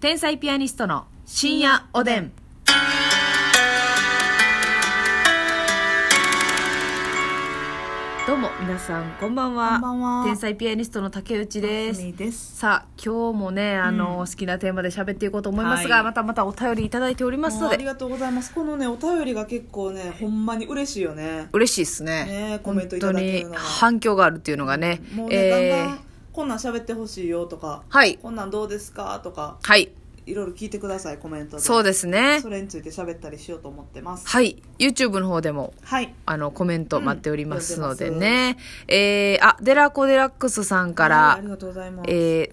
天才ピアニストの深夜おでん。どうも皆さんこんばんは。こんばんは天才ピアニストの竹内でますす。みです。さあ今日もねあの、う好んきなテーマで喋っていこうと思いますが、はいまたまたお便りいただいておりますものうありでがとうございます。このね、お便りが結構ね、ほんまに嬉しいよね。嬉しいですね。ねコメ本ントい当ただけにるのは。反響があるっていうのがね。もうね、えガンガーン、こんなん喋ってほしいよとか、はいこんなんどうですかとか、はいいろいろ聞いてください、コメントで。そうですねそ。れについて喋ったりしようと思ってます。はい YouTube の方でもはい。あの、コメント待っておりますのでね。えー、あ、デラコデラックスさんかはいあらり、がとうございます。えー、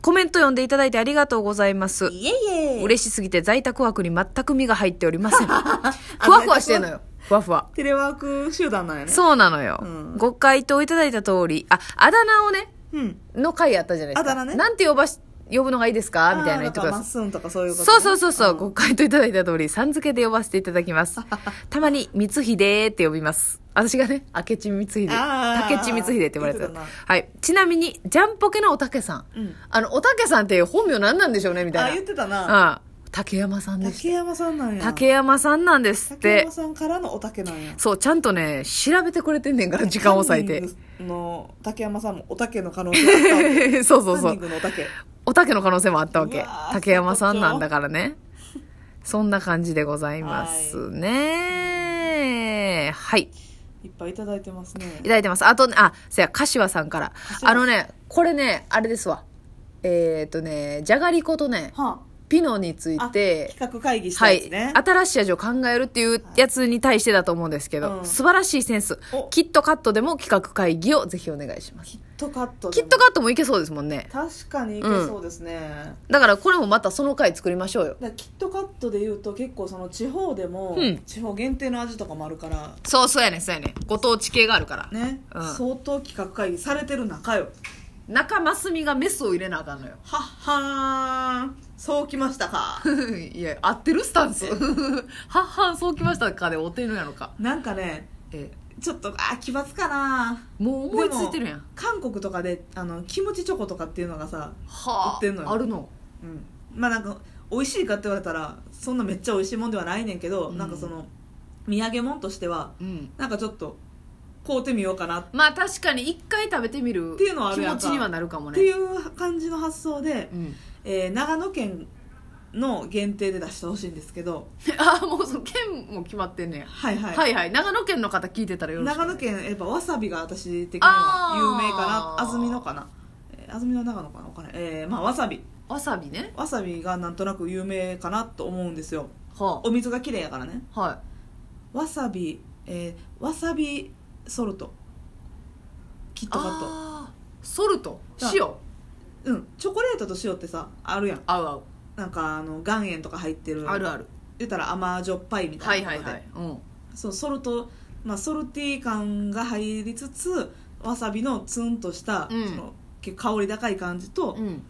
コメント読んでいただいてありがとうございます。いえいえ。嬉しすぎて在宅枠に全く身が入っておりま せん。ふ わふわしてんのよ。ふわふわ。テレワーク集団なんやね。そうなのよ。うんご回答いただいた通り、あ、あだ名をね、うん。の回あったじゃないですか。あだ名ねなんて呼ばし、呼ぶのがいいですかみたいなあー言ってくんださかまいっ。すんとかそういうことそね。うそうそうそう、んご回答いただいた通り、さん付けで呼ばせていただき ます。たまに、光秀って呼びます。私がね、明智光秀、あー竹智光秀って呼ばれて言たってたな。はい。ちなみに、ジャンポケのおたけさん。うんあの、おたけさんって本名何なんでしょうねみたいな。あ、言ってたな。ああ竹山さんでし竹山さんなんや。た。竹山さんなんですっ竹て山。さんからのおたけなんや。そう、ちゃんとね、調べてくれてんねんから、時間を割いて。カンニングの竹山さんもおたけの可能性があったわ けそうそうそカンニンう。グのおたけおたけの可能性もあったわうけわー竹山さんなんだからねそんな感じでございますねはい、い、いっぱいいただいてますねただいてますあとねあせや柏さんから柏あのねこれねあれですわえっ、とねじゃがりことねはピノについあ、あて企画会議したはやいつね、新しい味を考えるっていうやつに対してだと思うんですけど、うん素晴らしいセンスおキットカットでも企画会議をぜひお願いしますキットカットキットカットもいけそうですもんねット確かにいけそうですね、だからこれもまたその回作りましょうよだからキットカットでいうと結構その地方でも、うん地方限定の味とかもあるからそうそうやねんそうやねんご当地系があるから、ね、うん相当企画会議されてる中よ中マスミがメスを入れなあかんのよ はっはーんそうきましたかいや合ってるスタンス はっはんそうきましたかでおてるやのかなんかねえちょっとあー奇抜かなもう思いついてるやんでも韓国とかであのキムチチョコとかっていうのがさ、は売ってんのよあるのうん、まあなんか美味しいかって言われたらそんなめっちゃ美味しいもんではないねんけど、うんなんかその土産物としてはうんなんかちょっと買うてみようかなっまあ確かに一回食べてみるっていうのはあるやん気か持ちにはなるかもねていう感じの発想で、うんえー長野県の限定で出してほしいんですけど あもうその県も決まってんねやはいはい、はいはい長野県の方聞いてたらよろしく長野県やっぱわさびが私的には有名かあーな安曇野かなえー安曇野長野かなわからんえーまあわさびわさびねわさびがなんとなく有名かなと思うんですよはお水が綺麗やからねあはわさび、えーわさびソルトキッいトカットあーソルト塩うんチョコレートと塩ってさあるやん合う合うなんかあの岩塩とか入ってるあるある言ったら甘じょっぱいみたはいいなはのいで、はいうんそうソルト、まあ、ソルティー感が入りつつわさびのツンとした、うんその結構香り高い感じと、うん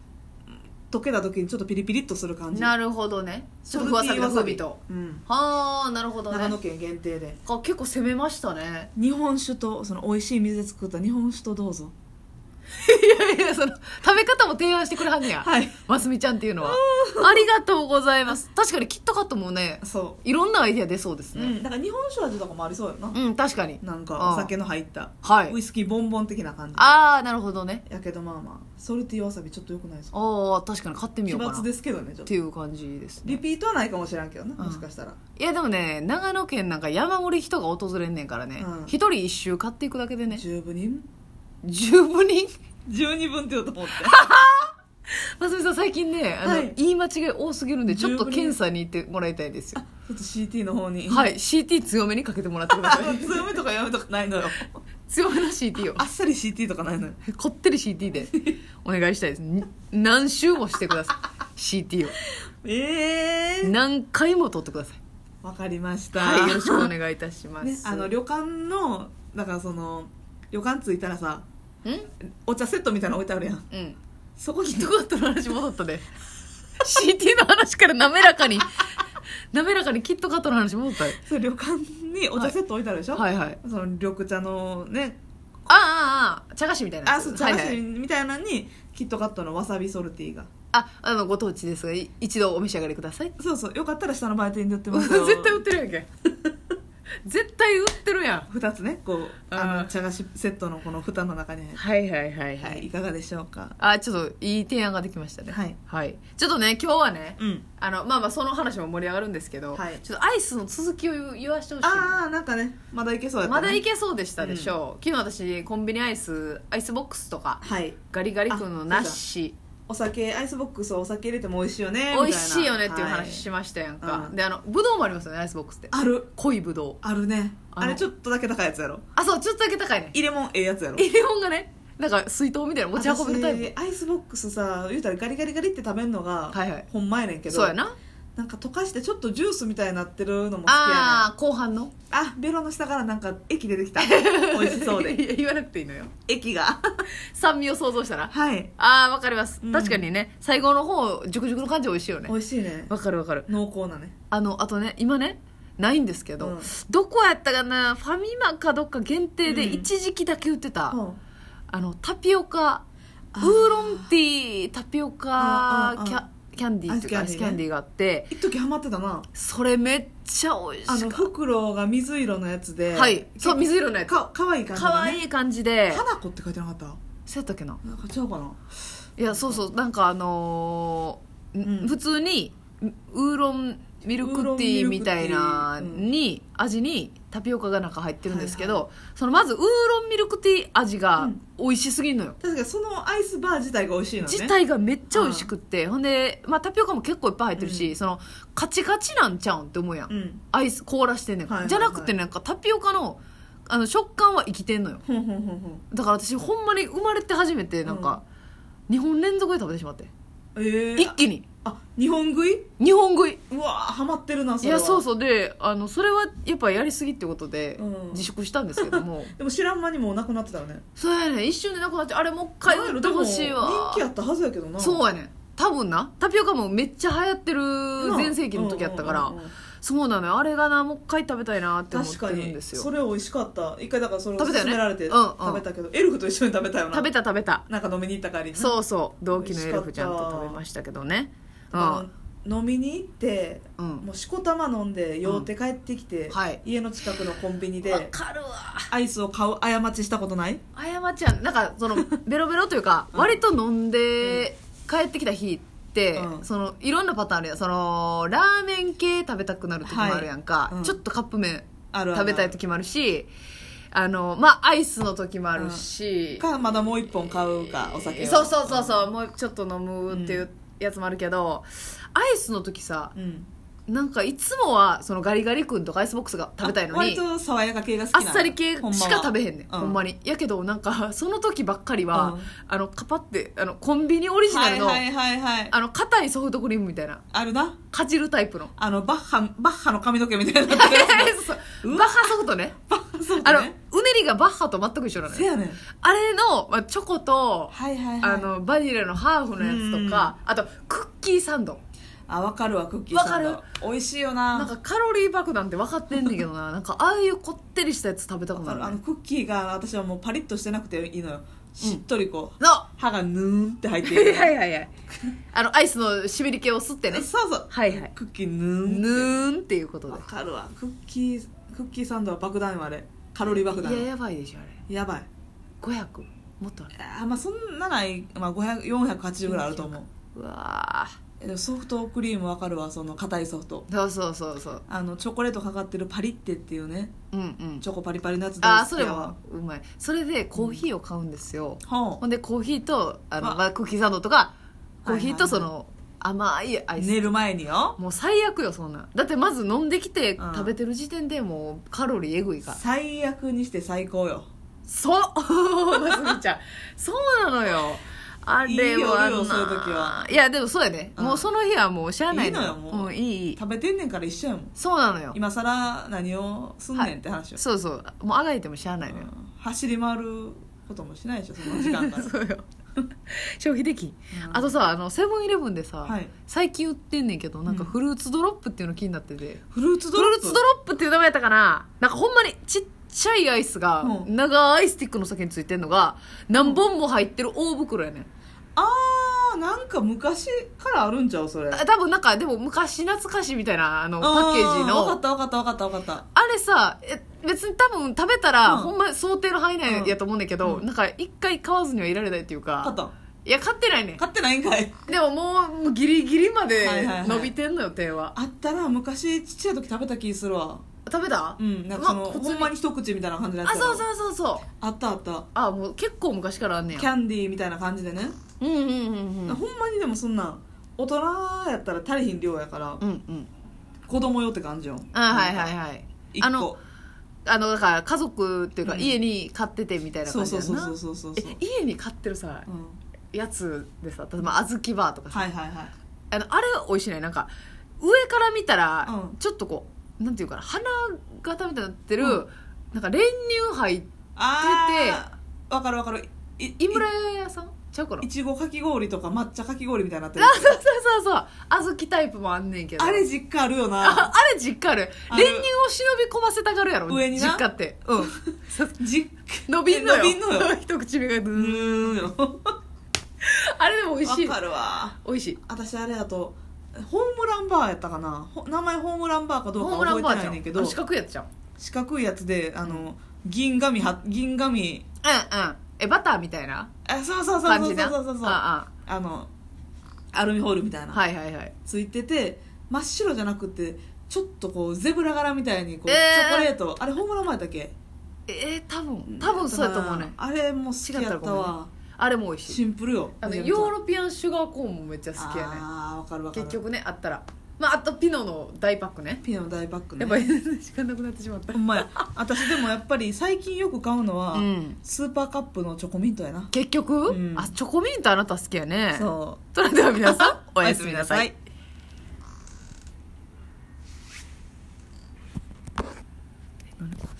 溶けた時にちょっとピリピリっとする感じなるほどねちソょルっテとわさィびーわわささびびとうん、はあなるほどね長野県限定であ結構攻めました ね日本酒とその美味しい水で作った日本酒とどうぞいやいやその食べ方も提案してくれはんねやはいますみちゃんっていうのはありがとうございます確かにキットカットもねそいろんなアイディア出そうですう、ねだから日本酒味とかもありそうよな、うん、確かになんあかあお酒の入ったはいウイスキーボンボン的な感じああなるほどねやけどまあまあソルティーわさびちょっとよくないですかああ確かに買ってみ奇ようかな抜っですけどねちょってという感じですリねピートはないかもしれんけどな、うんもしかしたらいやでもね長野県なんか山盛り人が訪れんねんからねうん一人一周買っていくだけでね十分人十分人十二分って言うと 思ってますみさん最近ねあの、はい言い間違い多すぎるんでちょっと十分検査に行ってもらいたいんですよちょっと CT の方にはいい CT 強めにかけてもらってくださ い強めとかやめとかないのよ強めの CT を あっさり CT とかないのよこってり CT でお願いしたいですに何周もしてください CT をええ何回も取ってくださいわかりましたはいよろしくお願いいたします、ねあの旅館のだからその旅館着いたらさうんお茶セットみたいなの置いてあるやんうんそ こにどうだったの話戻ったで CT の話から滑らかに滑らかにキットカットの話戻ったでそう旅館にお茶セット置いてあるでしょ、はいはいその緑茶のねああああ茶菓子みたいなやあつそう茶菓はい子はいみたいなのにキットカットのわさびソルティーがああのご当地ですがい一度お召し上がりくださいそうそうよかったら下の売店で売って ますよ絶対売ってるやん け絶対売ってるやん2つねこうああーの茶菓子セットのこの蓋の中に入ってはいはいはいは、はいい、いかがでしょうかあちょっといい提案ができましたねはい、ちょっとね今日はね、うんあのまあまあその話も盛り上がるんですけど、はいちょっとアイスの続きを言う言わしてほしいああなんかねまだいけそうやった、まね、だいけそうでしたでしょう、昨日私コンビニアイスアイスボックスとかはいガリガリ君のナッシお酒アイスボックスはお酒入れても美味しいよね美味しいよねっみたていうなは話しましたやんか、うんであのブドウもありますよねアイスボックスってある濃いブドウあるねあのあれちょっとだけ高いやつやろあそうちょっとだけ高いね入れもんええやつやろえレモンがねなんか水筒みたいなの持ち運べるタイ私アイスボックスさ言うたらガリガリガリって食べんのがはいはいほんまやねんけプど、そうやななんか溶かしてちょっとジュースみたいになってるのも好きやねんあああー後半のベロの下からなんか液出 てきた美味しそうでいや言わなくていいのよ液が酸味を想像したらはいあーわかります、うん確かにね最後の方熟々の感じ美味しいよね美味しいねわかるわかる濃厚なねあのあとね今ねないんですけど、うんどこやったかなファミマかどっか限定でうん一時期だけ売ってた、うんあのタピオカウあーーロンティータピオカうんうんうんキャキャンディーっていうかアアイイススキキャャンンデディィーがあって一時ハマってたなそれめっちゃ美味しあのかっ袋が水色のやつでたははいそう水色のやつかかわいい感じかのわねいい感じで花子って書いてなかったそうやったっけななんか違うかないやそうそうなんかあのーんうん普通にウーロンミルクティーみたいなウーロンミルクティーうんに味にタピオカが中入ってるんですけど、そのまずウーロンミルクティー味うがん美味しすぎるのよ、確かにそのアイスバー自体が美味しいのね自体がめっちゃ美味しくって、ほんで、まあ、タピオカも結構いっぱい入ってるし、うんそのカチカチなんちゃうんって思うやん、うんアイス凍らしてんねん、はいはいはいじゃなくてなんかタピオカのあの食感は生きてんのよほんほんほんほんだから私ほんまに生まれて初めてなんか、2本連続で食べてしまってええ一気にあ日本食い2本食いうわーハマってるないそれやはそうそうであのそれはやっぱやりすぎってことでうん自粛したんですけども、 でも知らん間にもうなくなってたよねそうやねん一瞬でなくなってあれもう一回売ってほしいなんやろでもわ人気やったはずやけどなそうやねん多分なタピオカもめっちゃ流行ってるな全盛期の時やったから、うんうんうんうんそうなのよあれがなもう一回食べたいなって思って確かるんにですよそれ美味しかった一回だからそれを食べたよ勧ねめられてうんうん食べたけどエルフと一緒に食べたよな食べた食べたなんか飲みに行った帰りにうそうそう同期のエルフちゃん美味としかった食べましたけどねうんあの飲みに行ってうんもうしこたま飲んで酔って帰ってきて、んはい家の近くのコンビニでわかるわアイスを買う過ちしたことない過ちはなんか そのベロベロというか割と飲んで帰ってきた日って、うんそのいろんなパターンあるやんそのラーメン系食べたくなる時もあるやんか、はいうんちょっとカップ麺あるある食べたい時もあるしあのまあアイスの時もあるし、かまだもう一本買うかお酒をそうそうそうそう、もうちょっと飲むっていうやつもあるけど、アイスの時さうんなんかいつもはそのガリガリ君とかアイスボックスが食べたいのにあ割と爽やか系が好きあっなのさり系しか食べへんねんほほんまはんまにやけどなんかその時ばっかりは、うんあのカパってあのコンビニオリジナはルいの、はいはいはいああの硬いソフトクリームみたいなるなかじるタイプのあのバッハバッハの髪の毛みたいになバって るッハソフトねバッハそうあだのうねねりがバッハと全く一緒なのせよやねんあれの、まあ、チョコと、はいはいはいあのバニラのハーフのやつとか、あとクッキーサンドあ分かるわクッキーサンドわか美味しいよなんなかカロリー爆弾って分かってんねんけどななんかああいうこってりしたやつ食べたくわなかるるあのねクッキーが私はもうパリッとしてなくていいのよしっとりこうの歯がヌーンって入っていいるやいやいや あのアイスのしびり系を吸ってねそうそうはいはいクッキーぬーんぬーんっていうことわでかるわクッキークッキーサンドは爆弾よあれカロリー爆弾いやややばいでしょあればい500もっとあるあーまあそんなない、まあ、500 480ぐらいあると思ううわえでもソフトクリームわかるわその硬いソフトーそうそうそうそうあのチョコレートかかってるパリッテっていうねうんうんチョコパリパリのやつああ大そ好れきやはわうまいそれでコーヒーを買うんですよ、ほほんでコーヒーとあの、あまあ、クッキーサンドとかコーヒーとはいそはいはいの甘いアうイス、寝る前によもう最悪よそんなんだってまず飲んできてうん食べてる時点でもうカロリーえぐいから最悪にして最高よそうますみちゃんそうなのよあいいよれはいいよそういう時はいやでもそうやね、うんもうその日はもうしゃあない、いいのよもうんいいいい食べてんねんから一緒やもんそうなのよ今さら何をすんねんって話よ、そうそうもうあがいてもしゃあないのうよ、ん走り回ることもしないでしょその時間から そう よ消費できん、うんあとさあのセブンイレブンでさ、はい最近売ってんねんけどなんかうんフルーツドロップっていうの気になってて、フルーツフドロルッープツドロップっていう名前やったかななんかほんまにちっちゃいアイスがうん長いスティックの先についてんのが何本も入ってる大袋やねんああなんか昔からあるんちゃうそれあ多分なんかでも昔懐かしいみたいなあのパッケージ分かっのた分かった分かった分かったあれさえ別に多分食べたら、うんほんま想定の範囲内やと思うんだけど、うんなんか一回買わずにはいられないっていうか買ったんいや買ってないね買ってないんかいでももうもうギリギリまではいはいはい伸びてんのよ手はあったな昔ちっちゃい時食べた気するわ食べたうんなんかその、まあ普通にほんまに一口みたいな感じのやつあやそろうそうそうそうあったあったあもう結構昔からあんねキやャンディーみたいな感じでね、うんうんうんうんほんまにでもそんなん大人やったら足りひん量やから、うんうん子供用って感じよあはいはいはい一個あのあのだから家族っていうかうん家に買っててみたいな感そうじそやうんそうなそうそうそうそうえ家に買ってるさうんやつでさ例えば小豆バーとかさはいはいはいあのあれ美味しいねなんか上から見たらうんちょっとこうなんていうかな花形みたいになってるうんなんか練乳入っああわかるわかるいい井村屋さんちゃうかないちごかき氷とか抹茶かき氷みたいになってるあそうそうそうそう小豆タイプもあんねんけどあれ実家あるよあなあれ実家あるある練乳を忍び込ませたがるやろ上にな実家 ってうん実伸びんのよ伸びんのよ 一口目がうーんよわあれでも美味しいかるわ美味しい私あれやとホームランバーやったかなほ名前ホームランバーかどうホーかムランバーち覚えてなゃいんねんけあどの四角いやつじゃんうん四角いやつであの銀紙は銀紙うんえバターみたいなあそうそうそう感そじうなそうそうそうああのアルミホールみたいあな、はいはいはいついてて真っ白じゃなくてちょっとこうゼブラ柄みたいにこう、えーチョコレートあれホームラン前だっけえー多分多分そうやと思うねあれも好きやったわあれも美味しいシンプルよあのめヨちゃめちゃーロピアンシュガーコーンもめっちゃ好きやねああわかるわかる結局ねあったらまああとピノの大パックねピノ大バッグねやっぱり 時間なくなってしまったほんまや私でもやっぱり最近よく買うのは、うんスーパーカップのチョコミントやな結局、うんあチョコミントあなた好きやねそそれでは皆さ んうおやすみなさい何これ